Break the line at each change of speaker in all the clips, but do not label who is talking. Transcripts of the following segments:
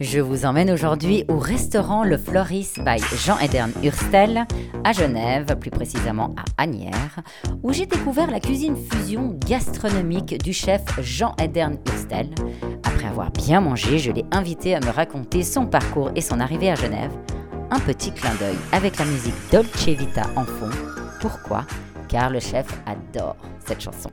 Je vous emmène aujourd'hui au restaurant Le Floris by Jean Edern Hurstel à Genève, plus précisément à Agnières, où j'ai découvert la cuisine fusion gastronomique du chef Jean Edern Hurstel. Après avoir bien mangé, je l'ai invité à me raconter son parcours et son arrivée à Genève. Un petit clin d'œil avec la musique Dolce Vita en fond. Pourquoi Car le chef adore cette chanson.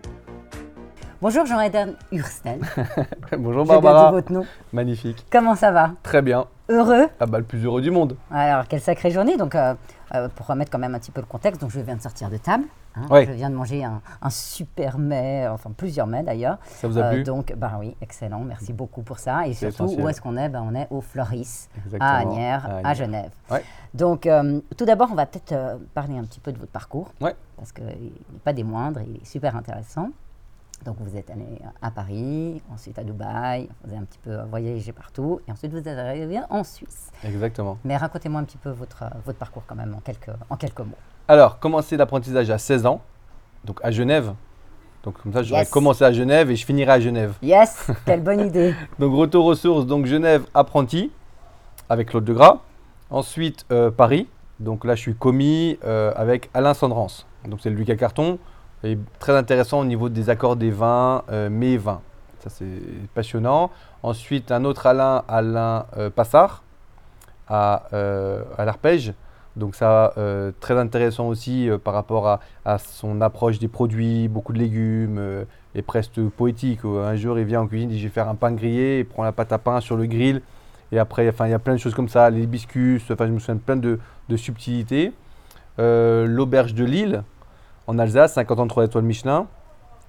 Bonjour Jean Edern Hurstel.
Bonjour
J'ai bien dit
Barbara.
votre nom.
Magnifique.
Comment ça va
Très bien.
Heureux
Ah bah le plus heureux du monde.
Alors, quelle sacrée journée. Donc, euh, euh, pour remettre quand même un petit peu le contexte, donc je viens de sortir de table. hein.
Ouais.
Je viens de manger un, un super mets, enfin plusieurs mets d'ailleurs.
Ça vous a
Euh,
plu
donc, ben oui, excellent. Merci beaucoup pour ça. Et
C'est
surtout,
essentiel.
où est-ce qu'on est, ben, On est au Floris,
Exactement,
à Agnières,
à
à
Agnières.
Genève.
Ouais.
Donc, euh, tout d'abord, on va peut-être euh, parler un petit peu de votre parcours.
Ouais.
Parce qu'il n'est pas des moindres, il est super intéressant. Donc, vous êtes allé à Paris, ensuite à Dubaï, vous avez un petit peu voyagé partout, et ensuite vous êtes arrivé en Suisse.
Exactement.
Mais racontez-moi un petit peu votre, euh, votre parcours quand même en quelques, en quelques mots.
Alors, commencer l'apprentissage à 16 ans, donc à Genève. Donc comme ça, j'aurais
Yes.
commencé à Genève et je finirai à Genève.
Yes, quelle bonne idée.
Donc retour aux sources, donc Genève, apprenti, avec Claude Legras. Ensuite, euh, Paris. Donc là, je suis commis euh, avec Alain Sandrance. Donc c'est le Lucas Carton. Et très intéressant au niveau des accords des vins, euh, mai 20. Ça, c'est passionnant. Ensuite, un autre Alain, Alain euh, Passard, à, euh, à l'Arpège. Donc ça, euh, très intéressant aussi euh, par rapport à, à son approche des produits, beaucoup de légumes, euh, et presque poétique. où Un jour, il vient en cuisine, il dit, je vais faire un pain grillé, il prend la pâte à pain sur le grill. Et après, enfin, il y a plein de choses comme ça, les hibiscus, enfin, je me souviens de plein de, de subtilités. Euh, L'auberge de Lille, en Alsace, 53 étoiles Michelin.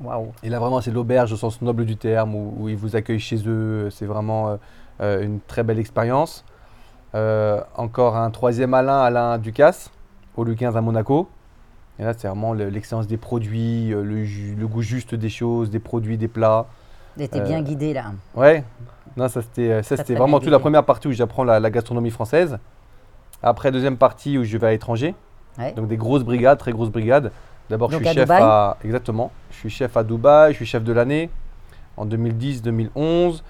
Waouh.
Et là, vraiment, c'est l'auberge au sens noble du terme, où, où ils vous accueillent chez eux. C'est vraiment euh, euh, une très belle expérience. Euh, encore un troisième Alain, Alain Ducasse, au Luquin à Monaco. Et là, c'est vraiment le- l'excellence des produits, euh, le, ju- le goût juste des choses, des produits, des plats.
Vous étiez
Euh,
bien guidé là.
Ouais, non, ça c'était, euh,
Très,
ça, c'était
très
vraiment
bien
toute la
guidé.
première partie où j'apprends la, la gastronomie française. Après, deuxième partie où je vais à l'étranger.
Ouais.
Donc des grosses brigades, très grosses brigades. D'abord, je
Donc
suis
à
chef
Dubaï
à. Exactement. Je suis chef à Dubaï, je suis chef de l'année en 2010-2011.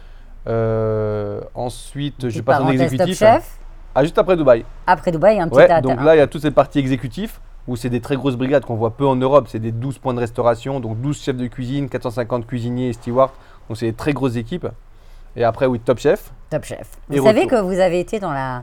Euh, ensuite, je
Petite
passe en
parenthèse
exécutif.
Top Chef.
Ah, juste après Dubaï.
Après Dubaï, un petit hein.
Ouais,
tata.
donc là, il y a toute cette partie exécutif où c'est des très grosses brigades qu'on voit peu en Europe. C'est des 12 points de restauration, donc 12 chefs de cuisine, 450 cuisiniers et stewards. Donc c'est des très grosses équipes. Et après, oui, top chef.
Top Chef. Vous
Et
savez
retour.
que vous avez été dans, la,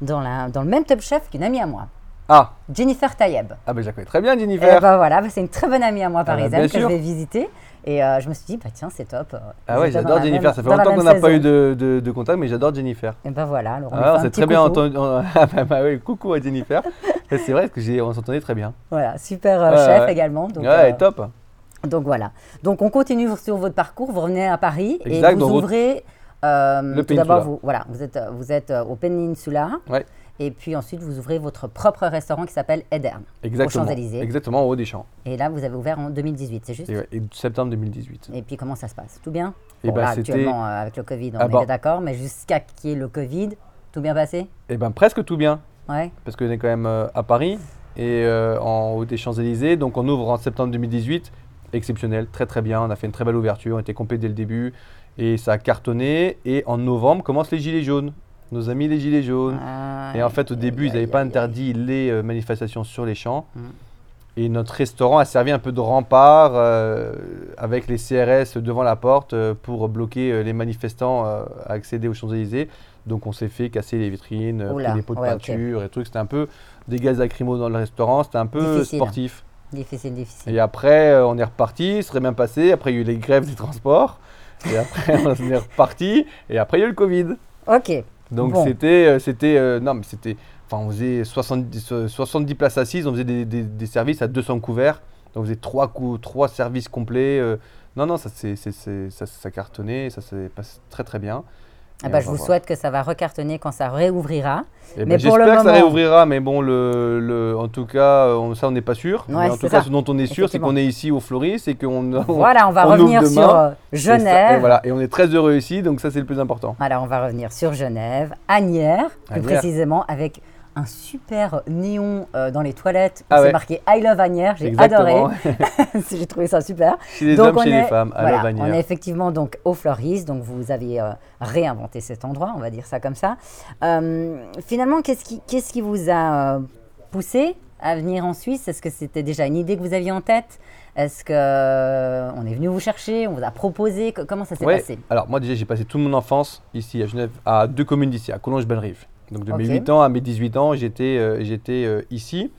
dans, la, dans le même Top Chef qu'une amie à moi,
Ah,
Jennifer Tayeb.
ah ben je la connais très bien,
Et
Jennifer. Ah bah,
ben voilà, c'est une très bonne amie à moi parisienne
bien
que je
sûr.
vais visiter. Et euh, je me suis dit, bah tiens, c'est top. euh,
ah
ils
ouais,
étaient dans
j'adore
la
Jennifer.
même-
Ça fait
dans la
longtemps
même
qu'on n'a pas
saison.
eu de, de- de contact, mais j'adore Jennifer.
Et ben voilà, alors on lui
Ah,
fait
on
un
s'est
petit
très bien
coucou.
entendu. on- Ah bah, bah oui, coucou à Jennifer. Ça, c'est vrai parce que j'ai, on s'entendait très bien.
Voilà, super euh,
Ouais,
chef
ouais.
également. Donc,
ouais,
euh,
top.
donc voilà. Donc on continue sur votre parcours. Vous revenez à Paris et
Exact,
vous
dans votre-
ouvrez. euh, tout
Peninsula.
d'abord, vous, voilà, vous êtes, euh, vous êtes euh, au Peninsula.
Ouais.
Et puis ensuite, vous ouvrez votre propre restaurant qui s'appelle Edern.
Exactement.
Champs-Élysées.
Exactement, au haut des champs.
Et là, vous avez ouvert en 2018, c'est juste
Et, ouais, et septembre 2018.
Et puis comment ça se passe Tout bien
Eh
Bon,
ben,
là,
c'était-
actuellement euh, avec le Covid, on
Ah bah.
est d'accord, mais jusqu'à qu'il y ait le Covid, tout bien passé
Et ben presque tout bien.
Ouais.
parce qu'on est quand même euh, à Paris et euh, en haut des Champs-Élysées. Donc on ouvre en septembre 2018, exceptionnel, très très bien. On a fait une très belle ouverture, on était complet dès le début et ça a cartonné. Et en novembre commencent les Gilets jaunes, nos amis les Gilets jaunes. Mm.
Ah,
Et en fait, au début, ils n'avaient pas interdit les euh, manifestations sur les champs.
Mm.
Et notre restaurant a servi un peu de rempart euh, avec les CRS devant la porte euh, pour bloquer euh, les manifestants euh, à accéder aux Champs-Élysées. Donc on s'est fait casser les vitrines, euh,
Oula,
pris des pots de
ouais, ok.
peinture et trucs. C'était un peu des gaz lacrymaux dans le restaurant, c'était un peu
Difficile.
sportif.
Difficile, difficile.
Et après, euh, on est reparti, ce serait bien passé. Après, il y a eu les grèves des transports. Et après, on est reparti. Et après, il y a eu le Covid.
Ok. Eh
Donc
Bon.
c'était, euh, c'était, euh, non mais c'était, enfin on faisait 70, euh, 70 places assises, on faisait des, des- des services à 200 couverts, donc on faisait trois cou- trois services complets. euh, non non ça c'est, c'est- c'est- ça, ça cartonnait, ça s'est passé très très bien.
Ah
Et
bah,
on
je
va
vous
voir.
souhaite que ça va recartonner quand ça réouvrira.
Et ben,
Mais pour
j'espère
le
que ça
moment-
réouvrira, mais bon le, le- en tout cas euh, on- ça on n'est pas sûr.
Ouais,
mais en
c'est
tout cas
ça.
ce dont on est sûr c'est
Effectivement.
qu'on est ici au Floris et qu'on on-
Voilà, on va
on ouvre
revenir sur
demain,
euh,
et ça-
Genève.
Et voilà et on est très heureux ici donc ça c'est le plus important.
Alors, on va revenir sur Genève, Agnières, plus
Agnières.
précisément avec un super néon euh, dans les toilettes où
Ah
c'est
ouais.
marqué I love Agnières. J'ai adoré.
Exactement.
J'ai trouvé ça super.
chez les
Donc,
hommes,
on
chez
est-
les femmes, à
Voilà,
la
on
bannière.
est effectivement donc au Floris, donc vous avez euh, réinventé cet endroit, on va dire ça comme ça. Euh, finalement, qu'est-ce qui, qu'est-ce qui vous a euh, poussé à venir en Suisse Est-ce que c'était déjà une idée que vous aviez en tête Est-ce que euh, on est venu vous chercher On vous a proposé Co- Comment ça s'est
Ouais.
passé
Alors moi déjà j'ai passé toute mon enfance ici à Genève, à deux communes d'ici, à Collonges-Bellerive. Donc de
Ok.
mes 8 ans à mes 18 ans, j'étais euh, j'étais euh, ici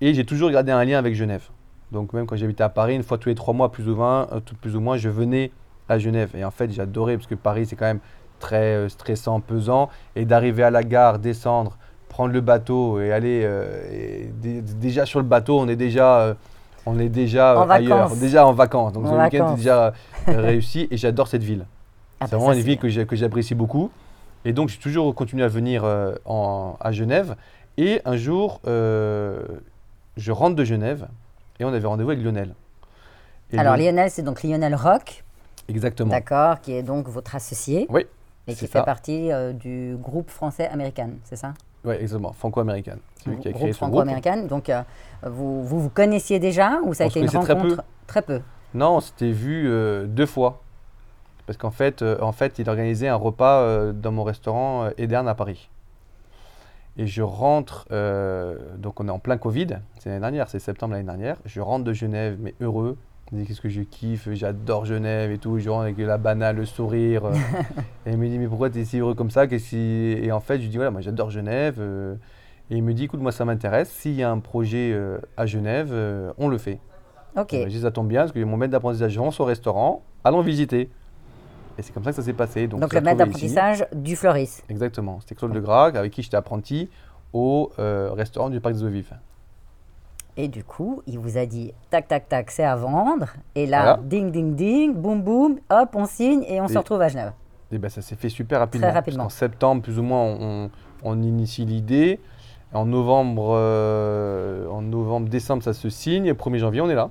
et j'ai toujours gardé un lien avec Genève. Donc même quand j'habitais à Paris, une fois tous les trois mois plus ou moins, euh, tout- plus ou moins je venais à Genève. Et en fait j'adorais parce que Paris c'est quand même très euh, stressant, pesant. Et d'arriver à la gare, descendre, prendre le bateau et aller... euh, et dé- déjà sur le bateau on est déjà... euh, on est déjà
En
euh, ailleurs,
vacances.
déjà en vacances. Donc
En
le week-end
vacances.
est déjà euh, réussi et j'adore cette ville.
Ah,
C'est
bah,
vraiment
ça,
une ville que j'ai- que j'apprécie beaucoup. Et donc, j'ai toujours continué à venir euh, en- à Genève. Et un jour, euh, je rentre de Genève et on avait rendez-vous avec Lionel. Et
Alors
Lion-
Lionel, c'est donc Lionel Rock,
Exactement.
d'accord, qui est donc votre associé
Oui,
et qui
c'est
fait
ça.
partie euh, du groupe français américain, c'est ça
Oui, exactement. Franco-américaine. C'est lui qui a créé
groupe
son groupe.
franco-américain. Donc, euh, vous, vous vous connaissiez déjà ou ça a
On se
été une
connaissait très
rencontre Très peu.
Non, on s'était vu euh, deux fois. Parce qu'en fait, euh, en fait, il organisait un repas euh, dans mon restaurant euh, Edern à Paris. Et je rentre, euh, donc on est en plein Covid, c'est l'année dernière, c'est septembre l'année dernière. Je rentre de Genève, mais heureux. Je me dis qu'est-ce que je kiffe, j'adore Genève et tout. Je rentre avec la banane, le sourire. euh, et il me dit, mais pourquoi t'es si heureux comme ça qu'est-ce qui- Et en fait, je lui dis, voilà, moi j'adore Genève. euh. et il me dit, écoute, moi ça m'intéresse. S'il y a un projet euh, à Genève, euh, on le fait.
Ok.
Euh, Je dis ça tombe bien parce que mon maître d'apprentissage rend son restaurant, allons visiter. Et c'est comme ça que ça s'est passé. Donc,
donc,
on s'est
le maître
retrouvés ici.
d'apprentissage du Floris.
Exactement. C'était Claude Legras avec qui j'étais apprenti au euh, restaurant du Parc des Eaux Vives.
Et du coup, il vous a dit tac, tac, tac, c'est à vendre. Et là,
Voilà.
ding, ding, ding, boum, boum, hop, on signe et on se
Et-
retrouve à Genève.
Et ben, ça s'est fait super rapidement.
rapidement.
En septembre, plus ou moins, on, on initie l'idée. En novembre, euh, en novembre, décembre, ça se signe. Et 1er janvier, on est là.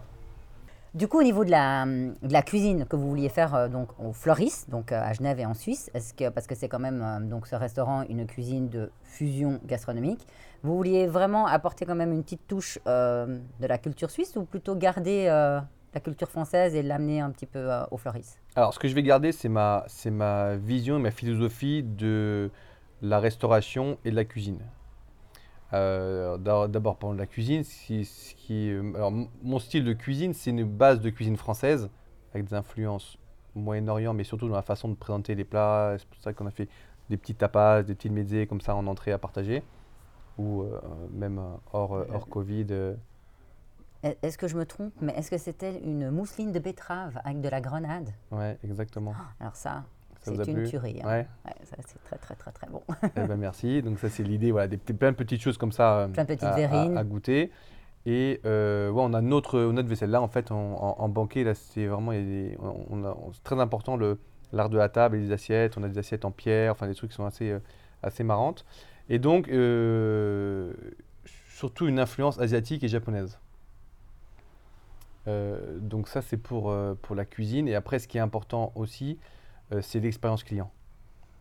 Du coup, au niveau de la, hum, de la cuisine que vous vouliez faire euh, donc au Floris, donc euh, à Genève et en Suisse, est-ce que parce que c'est quand même euh, donc ce restaurant une cuisine de fusion gastronomique, vous vouliez vraiment apporter quand même une petite touche euh, de la culture suisse ou plutôt garder euh, la culture française et l'amener un petit peu euh, au Floris
Alors, ce que je vais garder, c'est ma, c'est ma vision et ma philosophie de la restauration et de la cuisine. Euh, d'ab- D'abord, pour la cuisine, si- ce qui, euh, alors, m- mon style de cuisine, c'est une base de cuisine française avec des influences au Moyen-Orient, mais surtout dans la façon de présenter les plats. C'est pour ça qu'on a fait des petits tapas, des petites mezzés comme ça en entrée à partager, ou euh, même euh, hors, euh, hors Covid. euh,
Est- E, Est-ce que je me trompe Mais est-ce que c'était une mousseline de betterave avec de la grenade
ouais, exactement.
Alors ça,
Ça vous a
c'est une
plu
tuerie. hein.
Ouais.
Ouais, ça, c'est très très très très bon.
Eh ben, merci. Donc ça c'est l'idée, voilà, des petits- plein de petites choses comme ça euh,
Plein de petites
à, à-
verrines.
à goûter. Et euh, ouais, on a notre, notre vaisselle là en fait en, en- en banquet là c'est vraiment il y a des- on, on a- on- c'est très important le l'art de la table et les assiettes. On a des assiettes en pierre, enfin des trucs qui sont assez euh, assez marrantes. Et donc euh, surtout une influence asiatique et japonaise. Euh, donc ça c'est pour euh, pour la cuisine. Et après ce qui est important aussi euh, c'est l'expérience client.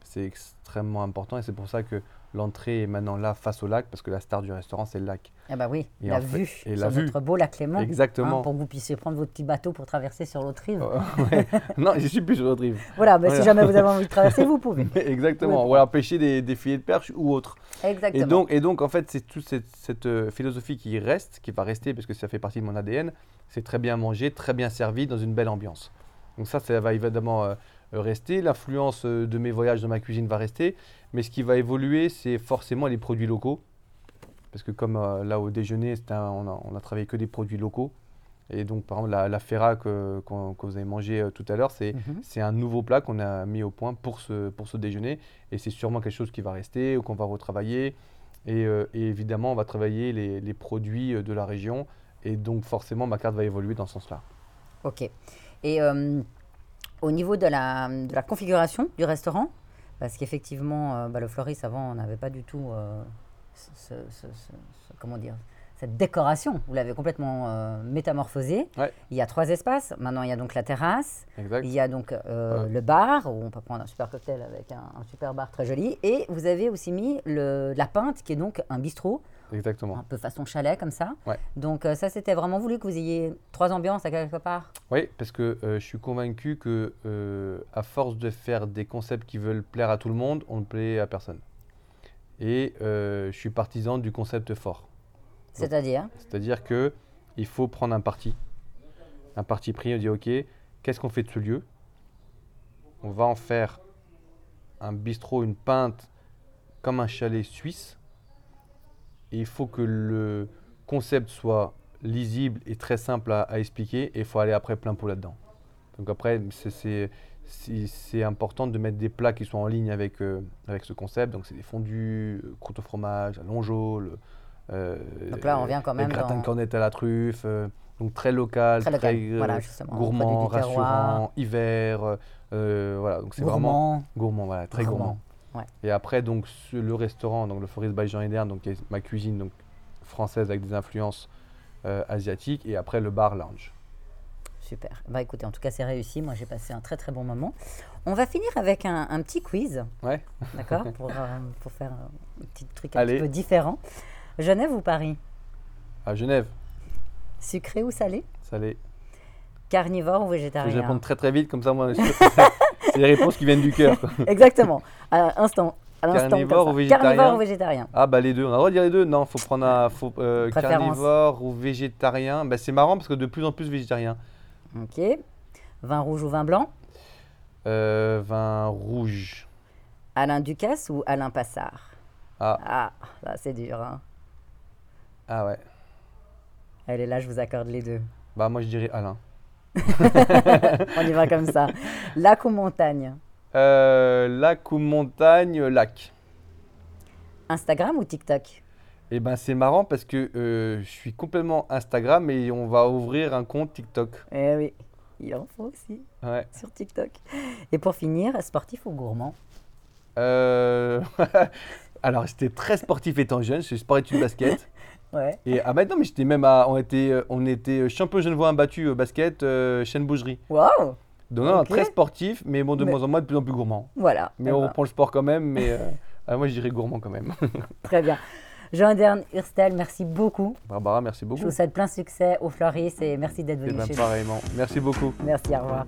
C'est extrêmement important et c'est pour ça que l'entrée est maintenant là face au lac parce que la star du restaurant c'est le lac.
Ah bah oui,
Et
la
en fait-
vue
et
sur
la vue.
notre beau lac Clément. Hein,
Exactement.
pour que vous puissiez prendre votre petit bateau pour traverser sur l'autre rive.
Ouais. non, je suis plus sur l'autre rive.
Voilà, bah, si
Voilà.
jamais vous avez envie de traverser, vous pouvez.
Mais Exactement.
Oui.
Ou alors pêcher des, des filets de perche ou autre.
Exactement.
Et donc, et donc, en fait, c'est toute cette, cette, euh, philosophie qui reste, qui va rester parce que ça fait partie de mon ADN. C'est très bien mangé, très bien servi dans une belle ambiance. Donc ça, ça va évidemment euh, rester. L'influence euh, de mes voyages dans ma cuisine va rester. Mais ce qui va évoluer, c'est forcément les produits locaux. Parce que comme euh, là au déjeuner, c'était un- on, a, on a travaillé que des produits locaux. Et donc par exemple, la, la ferra que, qu'on- que vous avez mangé euh, tout à l'heure, c'est,
Mhm.
c'est un nouveau plat qu'on a mis au point pour ce, pour ce déjeuner. Et c'est sûrement quelque chose qui va rester ou qu'on va retravailler. Et, euh, et évidemment, on va travailler les, les produits euh, de la région. Et donc forcément, ma carte va évoluer dans ce sens-là.
Ok. Et euh, au niveau de la, de la configuration du restaurant, parce qu'effectivement, euh, bah, le Floris, avant, on n'avait pas du tout euh, ce, ce- ce- ce- ce- comment dire, cette décoration. Vous l'avez complètement euh, métamorphosée.
Ouais.
Il y a trois espaces. Maintenant, il y a donc la terrasse.
Exact.
Il y a donc euh,
Ouais.
le bar où on peut prendre un super cocktail avec un, un super bar très joli. Et vous avez aussi mis le, la pinte qui est donc un bistrot,
Exactement.
un peu façon chalet comme ça.
Ouais.
Donc euh, ça, c'était vraiment voulu que vous ayez trois ambiances à quelque part.
Oui, parce que euh, je suis convaincu que euh, à force de faire des concepts qui veulent plaire à tout le monde, on ne plaît à personne. Et euh, je suis partisan du concept fort.
C'est-à-dire
C'est-à-dire que il faut prendre un parti. Un parti pris, on dit ok, qu'est-ce qu'on fait de ce lieu On va en faire un bistrot, une pinte, comme un chalet suisse. Et il faut que le concept soit lisible et très simple à, à expliquer. Et il faut aller après plein pot là-dedans. Donc après, c'est- c'est- c'est c'est important de mettre des plats qui sont en ligne avec, euh, avec ce concept. Donc c'est des fondus, euh, croûte au fromage, à l'ongeaule. euh,
Donc là, on vient quand
des
même
gratins
dans-
de cornette à la truffe, euh, donc très local,
Très
très,
local,
euh,
voilà, justement,
gourmand,
produit du terroir.
rassurant, hiver, euh, euh, voilà, donc c'est vraiment
gourmand.
gourmand, voilà, très
Gourmand,
gourmand.
ouais.
Et après donc ce- le restaurant, donc le Forest by Jean Eder, donc qui est ma cuisine donc française avec des influences euh, asiatiques, et après le bar lounge.
Super. Bah écoutez, en tout cas, c'est réussi. Moi, j'ai passé un très très bon moment. On va finir avec un, un petit quiz,
Ouais.
d'accord pour, euh, pour faire un petit truc un
Allez.
petit peu différent. Genève ou Paris
À Genève,
Sucré ou salé
ça allait.
Carnivore ou
Faut que je
végétarien
réponde très très vite comme ça, moi. je- c'est les réponses qui viennent du cœur. quoi.
Exactement. À l'instant. À l'instant, comme
Carnivore
ça.
ou végétarien
Carnivore ou végétarien
Ah bah les deux, on a le droit de dire les deux Non, faut prendre un faut, euh,
Préférence.
carnivore ou végétarien. Bah, c'est marrant parce que de plus en plus végétarien.
Ok. Vin rouge ou vin blanc
Euh, vin rouge.
Alain Ducasse ou Alain Passard
Ah.
Ah, là, c'est dur. hein.
Ah ouais.
Allez, là, je vous accorde les deux.
Bah moi je dirais Alain.
On y va comme ça. Lac ou montagne
Euh, lac ou montagne, lac.
Instagram ou TikTok
Et ben c'est marrant parce que euh, je suis complètement Instagram et on va ouvrir un compte TikTok.
Eh oui, il en faut aussi
Ouais.
sur TikTok. Et pour finir, sportif ou gourmand
Euh, Alors j'étais très sportif étant jeune, je suis sportif de basket.
Ouais.
Et ah bah non mais j'étais même à, on était, euh, on était champion genevois imbattu au basket, euh, chaîne bougerie.
Waouh
Donc non,
Ok.
très sportif, mais bon de
Mais-
moins en moins de plus en plus gourmand.
Voilà.
Mais
Eh
on
ben,
reprend le sport quand même, mais euh, ah, moi je dirais gourmand quand même.
Très bien. Jean Dern Hurstel, merci beaucoup.
Barbara, merci
Je
beaucoup.
vous souhaite plein de succès au Floris et merci d'être
Et
venu
ben
chez nous.
pareillement. Merci beaucoup.
Merci, au revoir.